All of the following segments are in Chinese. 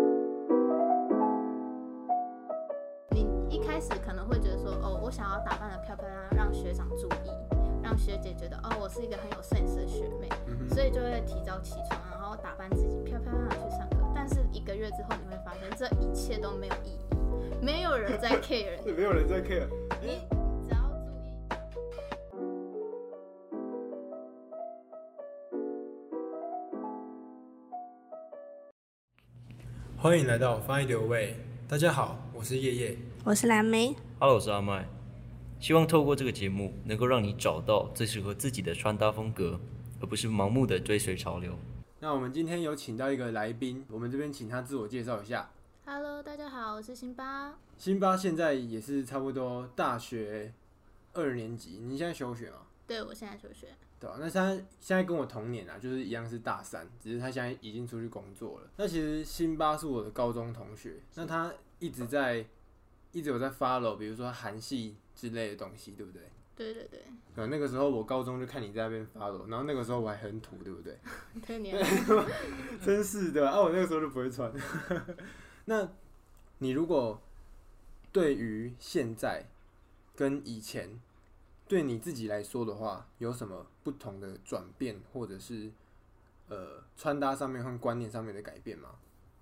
哦要打扮的漂漂亮亮，让学长注意，让学姐觉得哦，我是一个很有 sense 的学妹，嗯哼所以就会提早起床，然后打扮自己漂漂亮亮去上课。但是一个月之后，你会发现这一切都没有意义，没有人 在 care 你，没有人在 care。你只要注意。欢迎来到 Find Your Way，大家好，我是夜夜。我是蓝莓， Hello，我是阿麦，希望透过这个节目能够让你找到最适合自己的穿搭风格，而不是盲目的追随潮流。那我们今天有请到一个来宾，我们这边请他自我介绍一下。 Hello，大家好，我是辛巴，辛巴现在也是差不多大学二年级，你现在休学吗？对我现在求学。对啊，那他现在跟我同年啊，就是一样是大三，只是他现在已经出去工作了。那其实辛巴是我的高中同学，那他一直在一直有在 follow，比如说韩系之类的东西，对不对？对对对，对啊，那个时候我高中就看你在那边 follow，然后那个时候我还很土，对不对？对你真是的啊！我那个时候就不会穿。 那你如果对于现在跟以前对你自己来说的话，有什么不同的转变，或者是呃穿搭上面和观念上面的改变吗？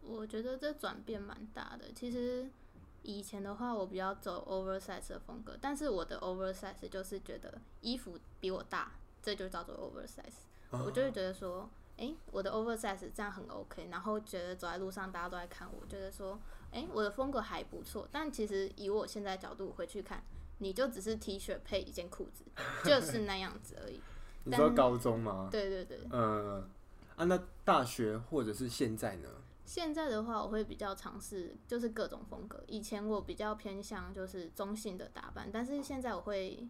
我觉得这转变蛮大的。其实以前的话，我比较走 oversize 的风格，但是我的 oversize 就是觉得衣服比我大，这就叫做 oversize。我就会觉得说，诶，我的 oversize 这样很 OK，然后觉得走在路上大家都在看我，觉得说，诶，我的风格还不错。但其实以我现在角度回去看，你就只是 T 恤配一件裤子，就是那样子而已。你说高中吗？对对对，呃啊，那大学或者是现在呢？现在的话，我会比较尝试就是各种风格。以前我比较偏向就是中性的打扮，但是现在我会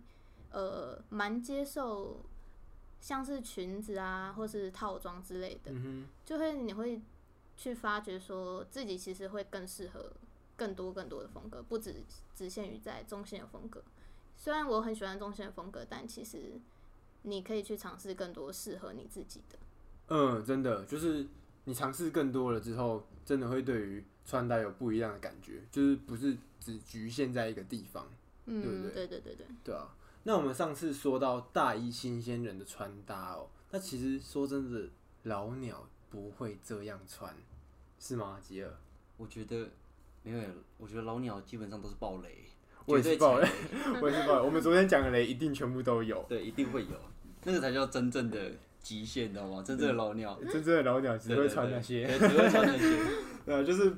呃蛮接受像是裙子啊，或是套装之类的，嗯就会你会去发觉说自己其实会更适合更多更多的风格，不只只限于在中性的风格。虽然我很喜欢中性的风格，但其实你可以去尝试更多适合你自己的。哼，嗯、真的就是你尝试更多了之后，真的会对于穿搭有不一样的感觉，就是不是只局限在一个地方。嗯，对不对对对对。对啊，那我们上次说到大一新鲜人的穿搭哦，那其实说真的，老鸟不会这样穿，是吗？吉尔，我觉得没有，我觉得老鸟基本上都是暴雷，我也是暴雷绝对 踩我也是不好意思，我们昨天讲的雷一定全部都有，对，一定会有，那个才叫真正的极限，你知道吗？真正的老鸟真正的老鸟只会穿那些，，对对对对只会穿那些。呃，就是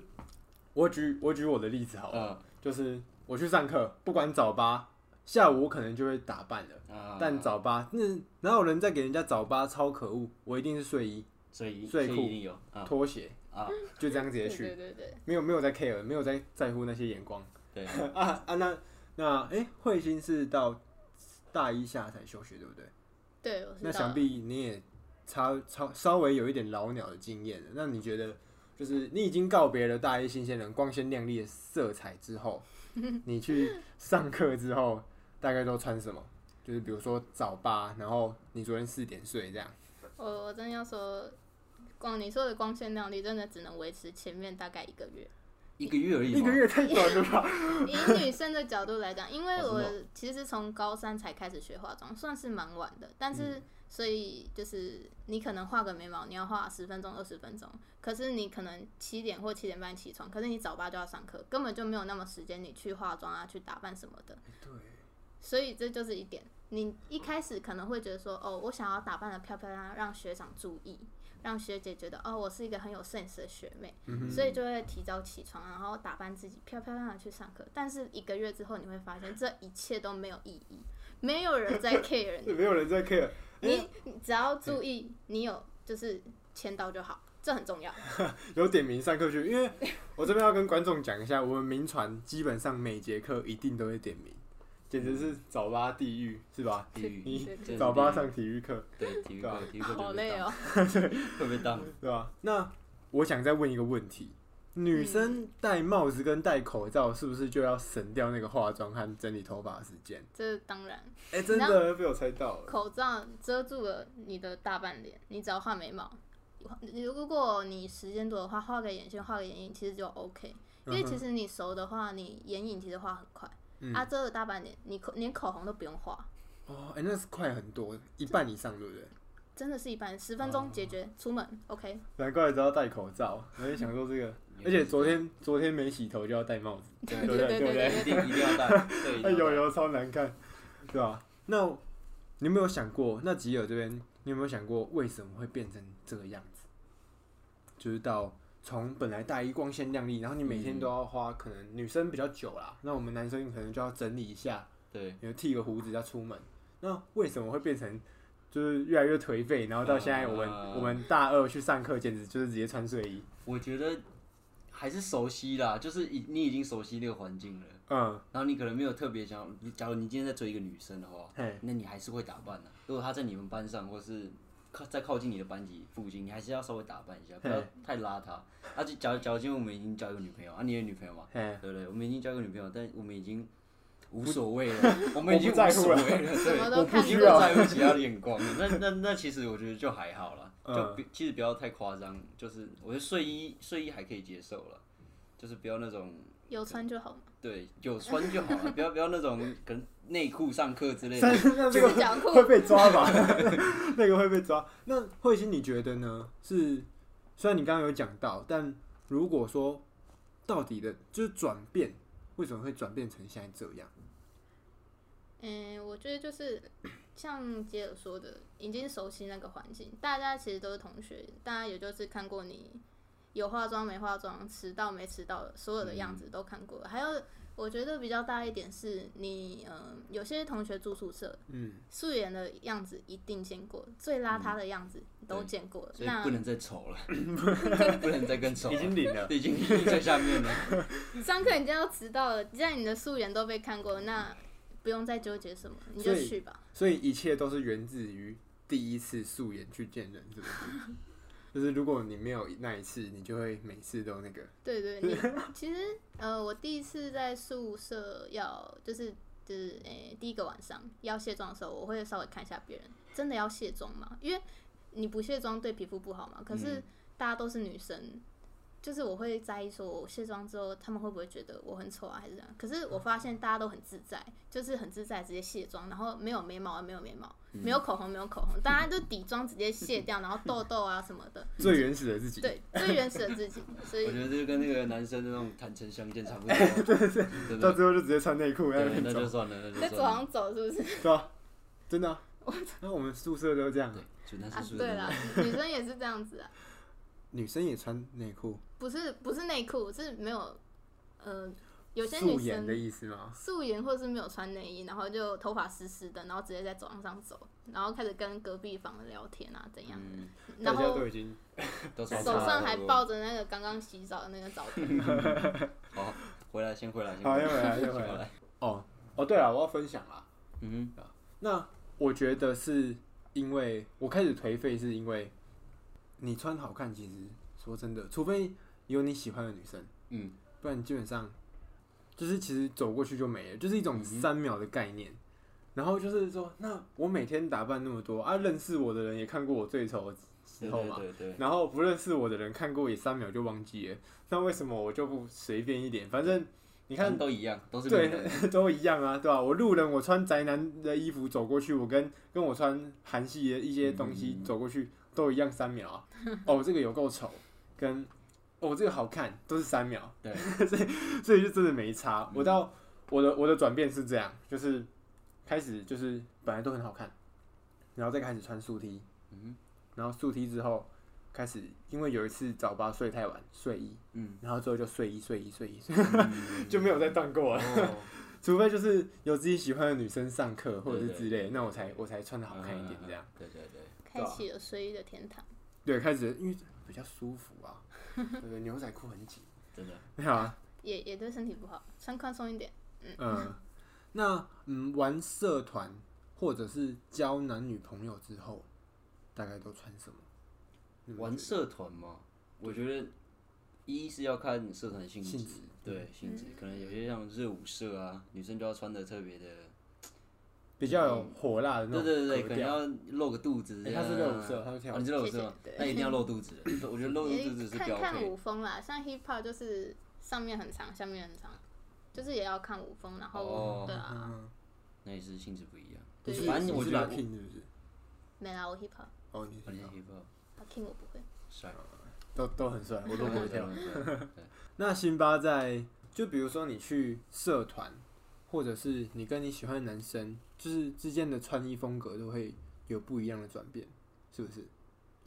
我举我举我的例子好了，嗯就是我去上课，不管早八。下午我可能就会打扮了，啊，但早八那哪有人在给人家早八超可恶？我一定是睡衣、所以所睡以裤一定有啊拖鞋，啊，就这样直接去。对对对对。没有没有在 care，没有在在乎那些眼光。对 啊啊，那那哎、诶慧心是到大一下才休学，对不对？对，我知道那了。想必你也差差稍微有一点老鸟的经验了。那你觉得，就是你已经告别了大一新鲜人光鲜亮丽的色彩 之后，你去上课之后，大概都穿什么？就是比如说早八，然后你昨天四点睡这样。我我真的要说，光你说的光鲜亮丽，真的只能维持前面大概一个月。一个月而已嘛，一个月太短了 吧？以女生的角度来讲，因为哦我真其实从高三才开始学化妆，算是蛮晚的。但嗯是、所以就是你可能画个眉毛，你要画十分钟、二十分钟，可是你可能七点或七点半起床，可是你早八就要上课，根本就没有那么时间你去化妆啊、去打扮什么的。对，所以这就是一点，你一开始可能会觉得说，哦，我想要打扮的漂漂亮亮，让学长注意，让学姐觉得，哦，我是一个很有 sense 的学妹，嗯所以就会提早起床，然后打扮自己漂漂亮亮去上课。但是一个月之后，你会发现这一切都没有意义，没有人在 care 你，没有人在 care。你你只要注意，你有就是签到就好，这很重要。有点名上课去，因为我这边要跟观众讲一下，我们民传基本上每节课一定都会点名，简直是早八地狱，是吧？地狱你真的是早八地狱上体育课，对体育对啊课，体育课就被好累当哦，会被当。对吧？那我想再问一个问题：女生戴帽子跟戴口罩，是不是就要省掉那个化妆和整理头发的时间？这当然。哎、真你知的被我猜到了。口罩遮住了你的大半脸，你只要画眉毛。如果你时间多的话，画个眼线，画个眼影，其实就 OK。因为嗯哼其实你熟的话，你眼影其实画很快，嗯啊，遮了大半年，你口连口红都不用画，哦，哎、那是快很多，一半以上，对不对？真的是一般，十分钟解哦决，出门 OK。难怪只要戴口罩，我就想说这个，嗯而且昨天昨天没洗头就要戴帽子，对不对对？对不对？对一定一定要带，对，一定哎要呦带呦，超难看，对吧、那你有没有想过，那吉尔这边，你有没有想过为什么会变成这个样子？就是到从本来大一光鲜亮丽，然后你每天都要花，可能女生比较久啦，那我们男生可能就要整理一下，对，有剃个胡子要出门。那为什么会变成就是越来越颓废，然后到现在我们、啊我们大二去上课，简直就是直接穿睡衣。我觉得还是熟悉啦，就是已你已经熟悉那个环境了，嗯，然后你可能没有特别想，你假如你今天在追一个女生的话嘿，那你还是会打扮的、如果她在你们班上，或是靠在靠近你的班级附近，你还是要稍微打扮一下，不要嘿太邋遢。啊，就假如假如今天我们已经交一个女朋友，啊，你有女朋友吗？嘿，对不对？我们已经交一个女朋友，但我们已经无所谓了，我们已经我不 在无乎所了谓了，什对么，我都不看需你得不到要在乎其他的眼光了。那那那其实我觉得就还好啦，嗯就比其实不要太夸张，就是我觉得睡衣睡衣还可以接受了，就是不要那种有穿就好嘛，对有穿就好了，不要不要那种可能内裤上课之类但的。是 那这个四角裤会被 抓吧？那个会被抓。那慧心，你觉得呢？是虽然你刚刚有讲到，但如果说到底的，就是转变，为什么会转变成现在这样？嗯，我觉得就是 像吉尔说的，已经熟悉那个环境，大家其实都是同学，大家也就是看过你有化妆没化妆、迟到没迟到的，所有的样嗯子都看过了。还有，我觉得比较大一点是你，嗯、有些同学住宿舍，嗯，素颜的样子一定见过，最邋遢的样子都嗯对见过了。所以那不能再丑了，不能再更丑了，领了。已经已经在下面了。上课你就要迟到了，既然你的素颜都被看过，那不用再纠结什么，你就所以去吧。所以一切都是源自于第一次素颜去见人， 是不是？就是如果你没有那一次，你就会每次都那个。对对，你 其实呃，我第一次在宿舍要就是就是诶、第一个晚上要卸妆的时候，我会稍微看一下别人真的要卸妆吗？因为你不卸妆对皮肤不好嘛。可是大家都是女生，就是我会在意说我卸妆之后他们会不会觉得我很丑啊，还是怎样？可是我发现大家都很自在，就是很自在直接卸妆，然后没有眉毛，没有眉毛，没有口红，没有口红，大家就底妆直接卸掉，然后痘痘啊什么的，最原始的自己，对，最原始的自己。所以我觉得这就跟那个男生的那种坦诚相见差不多。对对对到最后就直接穿内裤在那对，边那走就，算了，那就在算走了。廊走是不是？是吧？真的啊、那我们宿舍都这样对，，就那啊是，对啦，女生也是这样子啊，女生也穿内裤，不是不是内裤，是没有，呃，有些女素颜的生意思吗？素颜或者是没有穿内衣，然后就头发湿湿的，然后直接在走廊上走，然后开始跟隔壁房的聊天啊怎样的，嗯，大然家后都已经都手手上还抱着那个刚刚洗澡的那个澡盆，好，回来先回来，先好回又回来 先又回来来。哦哦，对了，我要分享啦。嗯那我觉得是因为我开始颓废，是因为你穿好看，其实说真的，除非有你喜欢的女生，嗯，不然基本上就是其实走过去就没了，就是一种嗯三秒的概念。然后就是说，那我每天打扮那么多啊，认识我的人也看过我最丑的时对候对嘛，对对，然后不认识我的人看过也三秒就忘记了，那为什么我就不随便一点？反正你看都一样，都是对女 的，都一样啊，对吧、我路人我穿宅男的衣服走过去，我跟跟我穿韩系的一些东嗯西走过去都一样三秒 啊。哦，这个有够丑，跟哦这个好看都是三秒，对，嗯所以就真的没差。我到我的我的转变是这样，就是开始就是本来都很好看，然后再开始穿素 T，嗯，然后素 T 之后开始，因为有一次早八睡太晚睡衣，嗯，然后之后就睡衣睡衣睡衣，嗯就没有再断过了。啊哦除非就是有自己喜欢的女生上课或者是对对嗯之类，那我才我才穿的好看一点这样。。 对对对，开启了睡衣的天堂。嗯对，开始因为比较舒服啊，对不对？牛仔裤很紧，真的，没有 啊，也也对身体不好，穿宽松一点。嗯，那嗯，玩社团或者是交男女朋友之后，大概都穿什么？你们玩觉社团嘛，我觉得一是要看社团性性质质，嗯对性质，嗯可能有些像热舞社啊，女生就要穿的特别的，得比较有火辣的那对种对对，格可能调要露个肚子这哎样他啊。是热舞社他嗯是跳哦你是热舞社谢谢吗，啊对那一定要露肚子。我觉得露肚子是哎看标看配。舞风啦，像 hip hop 就是上面很长，下面很长，就是也要看舞风，然后、哦对嗯啊，嗯那也是性质不一样。你对是反你正我是觉得 Lucky 是不是？没啦，我 hip hop，哦，你我是练 hip 啊 hop king 我不会，帅，都都很 帅，我都不会跳。对， 那辛巴在就比如说你去社团，或者是你跟你喜欢的男生，就是之间的穿衣风格都会有不一样的转变，是不是？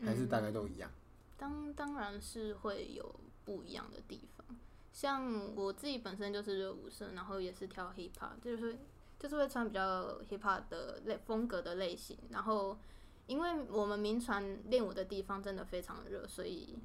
还是大概都一样？当当然是会有不一样的地方。像我自己本身就是热舞社，然后也是跳 hip hop，就是就是会穿比较 hip hop 的类风格的类型。然后，因为我们民传练舞的地方真的非常热，所以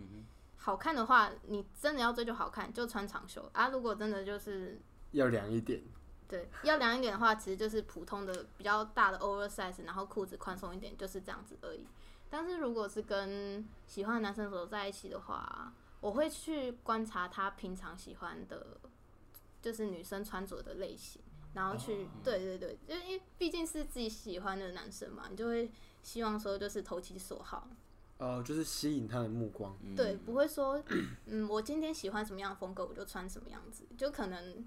好看的话，你真的要追求好看，就穿长袖啊。如果真的就是要凉一点，对要凉一点的话，其实就是普通的比较大的 oversize，然后裤子宽松一点，就是这样子而已。但是如果是跟喜欢的男生走在一起的话，我会去观察他平常喜欢的，就是女生穿着的类型，然后去、对对对，就因为毕竟是自己喜欢的男生嘛，你就会希望说就是投其所好，哦、就是吸引他的目光。嗯对，不会说嗯我今天喜欢什么样的风格我就穿什么样子，就可能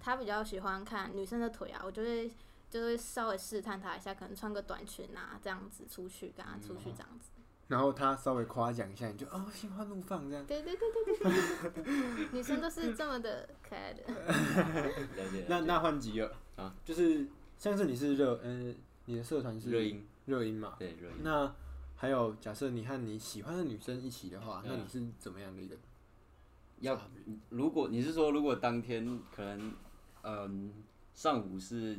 他比较喜欢看女生的腿啊，我就会。就会稍微试探他一下，可能穿个短裙啊，这样子出去跟他出嗯去这样子。然后他稍微夸奖一下，你就哦心花怒放这样。对对对对对对对对 对，女生都是这么的可爱的。了解。那那换吉尔啊，就是像是你是热，嗯、你的社团是热音，热音嘛？对热音，那还有假设你和你喜欢的女生一起的话，那嗯你是怎么样的一个？要如果你是说如果当天可能嗯上午是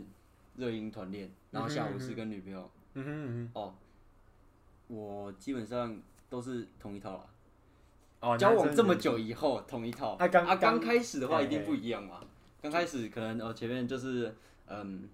热音团练，然后下午是跟女朋友，嗯哼嗯哦，我基本上都是同一套啦。哼，交往这么久以后，同一套。啊刚刚啊哎刚开始的话嘿一定不一样嘛。刚开始可能哦前面就是嗯，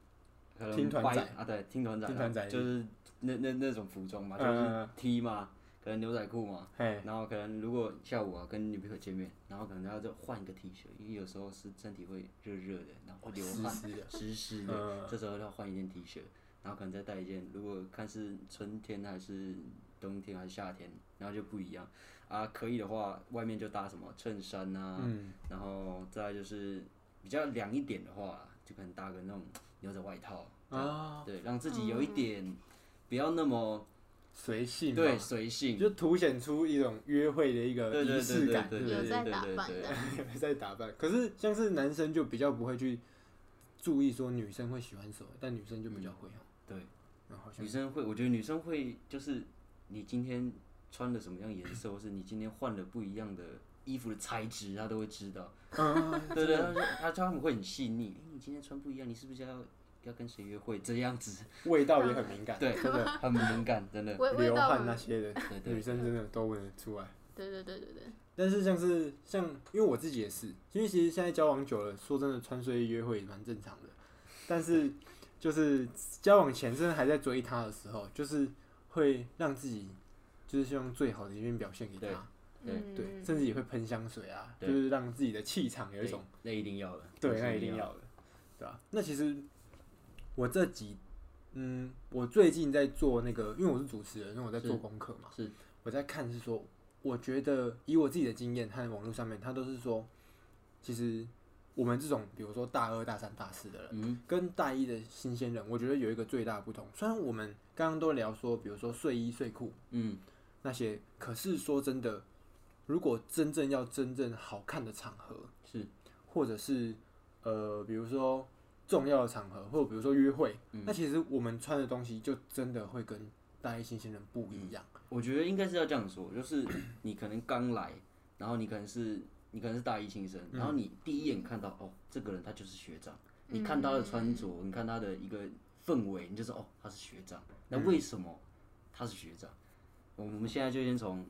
可能听团白仔啊，对，听团仔啊，听团仔就是那那那种服装嘛，就嗯是 T 嘛，可能牛仔裤嘛。嘿，然后可能如果下午啊跟女朋友见面，然后可能要再换一个 T 恤，因为有时候是身体会热热的，然后会流汗，湿湿的湿湿嗯的，这时候要换一件 T 恤，然后可能再带一件，如果看是春天还是冬天还是夏天，然后就不一样啊。可以的话，外面就搭什么衬衫啊，嗯，然后再来就是比较凉一点的话，就可能搭个那种牛仔外套，啊，对，让自己有一点不要那么随性嘛对，随性。就凸显出一种约会的一个对对仪式对对感，对不有对在对打对扮对的，对？ 在打扮，可是像是男生就比较不会去注意说女生会喜欢什么，但女生就比较会哦，嗯对，然后好像女生会，我觉得女生会就是你今天穿了什么样颜 色，或是你今天换了不一样的衣服的材质，她都会知道。嗯，对对，她说她她们会很细腻。诶你今天穿不一样，你是不是要要跟谁约会？这样 子，味道也很敏感，对，真的很敏感，真 的。味味流道汗很啊那些的，对女对，生真的都闻得出来。对对对对对，但是像是像，因为我自己也是，因为其实现在交往久了，说真的，穿睡衣约会也蛮正常的。但是就是交往前，真的还在追他的时候，就是会让自己就是希望最好的一面表现给他，对嗯，对，甚至也会喷香水啊，就对是让自己的气场有一种那一定要的，对，那一定要的，对吧、啊那其实我这几，嗯，我最近在做那个，因为我是主持人，因为我在做是功课嘛，是我在看是说，我觉得以我自己的经验和网络上面，他都是说，其实我们这种比如说大二、大三、大四的人，嗯，跟大一的新鲜人，我觉得有一个最大的不同。虽然我们刚刚都聊说，比如说睡衣、睡裤嗯那些，可是说真的，如果真正要真正好看的场合，是或者是呃，比如说重要的场合，或者比如说约会，嗯那其实我们穿的东西就真的会跟大一新鲜人不嗯一样。我觉得应该是要这样说，就是你可能刚来，然后你可能是你可能是大一新生，嗯然后你第一眼看到哦，这个人他就是学长，你嗯看他的穿着，你看他的一个氛围，你就说哦，他是学长。那为什么他是学长？我我们现在就先从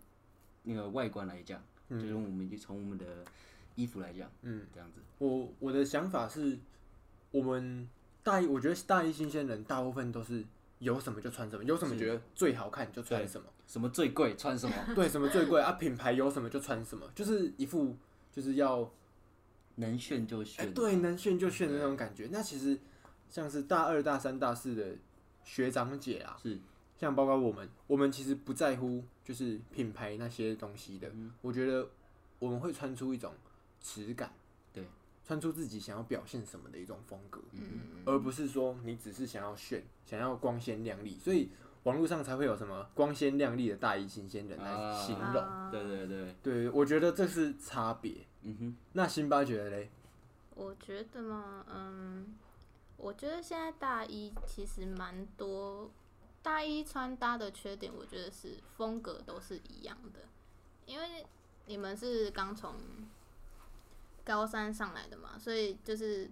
那个外观来讲，嗯就是我们就从我们的衣服来讲，嗯，这样子，我我的想法是，我们大一，我觉得大一新鲜人大部分都是有什么就穿什么，有什么觉得最好看就穿什么，什么最贵穿什么， 对，什么最贵啊，品牌有什么就穿什么，就是一副就是要能炫就哎、炫，对，能炫就炫的那种感觉。那其实像是大二、大三、大四的学长姐啊，是像包括我们，我们其实不在乎就是品牌那些东西的。我觉得我们会穿出一种质感，对，穿出自己想要表现什么的一种风格，嗯，而不是说你只是想要炫、想要光鲜亮丽，所以网络上才会有什么光鲜亮丽的大一新鲜人来啊形容。啊，对对对，对，我觉得这是差别。嗯哼，那辛巴觉得嘞，我觉得嘛，嗯，我觉得现在大一其实蛮多，大一穿搭的缺点，我觉得是风格都是一样的，因为你们是刚从高三上来的嘛，所以就是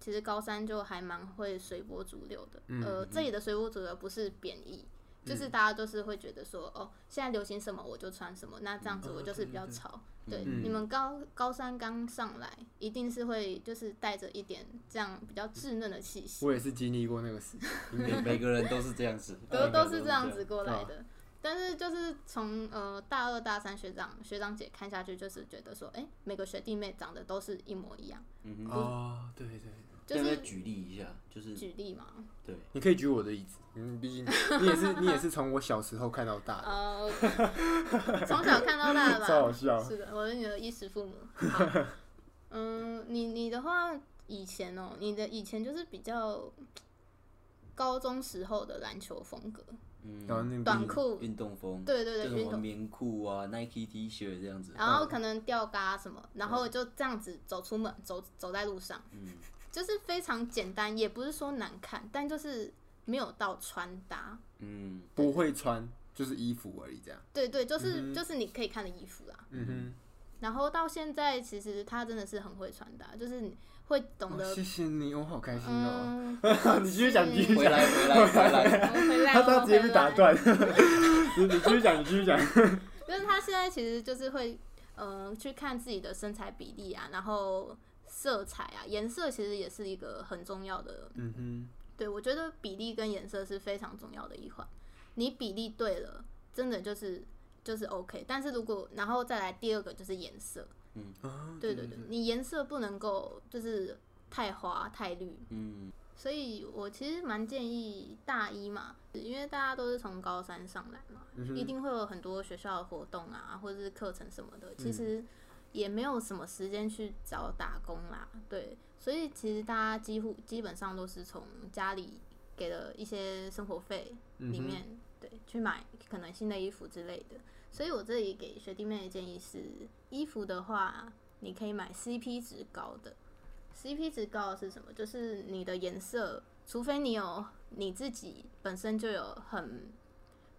其实高三就还蛮会随波逐流的。嗯呃，这里的随波逐流不是贬义。就是大家都是会觉得说，哦，现在流行什么我就穿什么，那这样子嗯哦我就是比较对对对潮。对，嗯你们高高三刚上来，一定是会就是带着一点这样比较稚嫩的气息，我也是经历过那个时，每每个人都是这样子，都每个都人是这样子过来啊的。但是就是从呃大二大三学长学长姐看下去，就是觉得说，哎、每个学弟妹长得都是一模一样，嗯哦，对对，就要不要是举例一下，就是举例嘛。对，你可以举我的例子，嗯，毕竟你也是你也是从我小时候看到大的，呃，从小看到大的吧，超好笑是的，我是你的衣食父母。好， 嗯，你你的话，以前哦，你的以前就是比较高中时候的篮球风格，然后嗯，那个短裤，运动风，对对对，就什运么动，啊棉裤啊、Nike T 恤这样子，然后嗯可能吊嘎什么，然后就这样子走出门，走走在路上，嗯，就是非常简单，也不是说难看，但就是没有到穿搭。嗯不会穿，就是衣服而已这样。对对，就是、嗯哼就是你可以看的衣服啊啦。嗯然后到现在，其实他真的是很会穿搭，就是你会哼，懂哦得，谢谢你，我好开心哦。嗯， 你继续讲，你继续回讲，来回来回来，我回来， 他他我直接回被打来。断。 你你继续讲，你继续讲。 就是他现在其实就是会，嗯、去看自己的身材比例啊，然后色彩啊，颜色其实也是一个很重要的。嗯哼，对我觉得比例跟颜色是非常重要的一环。你比例对了，真的就是就是 OK。但是如果然后再来第二个就是颜色，啊对对对，你颜色不能够就是太花太绿，嗯所以我其实蛮建议大一嘛，因为大家都是从高三上来嘛，嗯哼一定会有很多学校的活动啊，或者是课程什么的，其实也没有什么时间去找打工啦。对，所以其实大家几乎基本上都是从家里给了一些生活费里面，对，去买可能新的衣服之类的。所以我这里给学弟妹的建议是，衣服的话，你可以买 CP 值高的。CP 值高的是什么？就是你的颜色，除非你有你自己本身就有很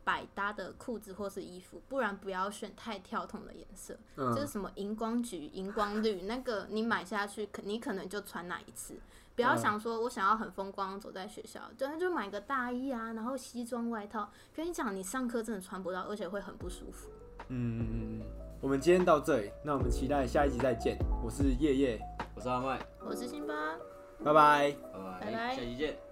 百搭的裤子或是衣服，不然不要选太跳痛的颜色，嗯就是什么荧光橘、荧光绿，那个你买下去，可你可能就穿那一次。不要嗯想说我想要很风光走在学校，对，那就买个大衣啊，然后西装外套。跟你讲，你上课真的穿不到，而且会很不舒服。嗯嗯嗯。我们今天到这里，那我们期待下一集再见。我是叶叶，我是阿麦，我是辛巴。拜拜。拜拜拜下期见。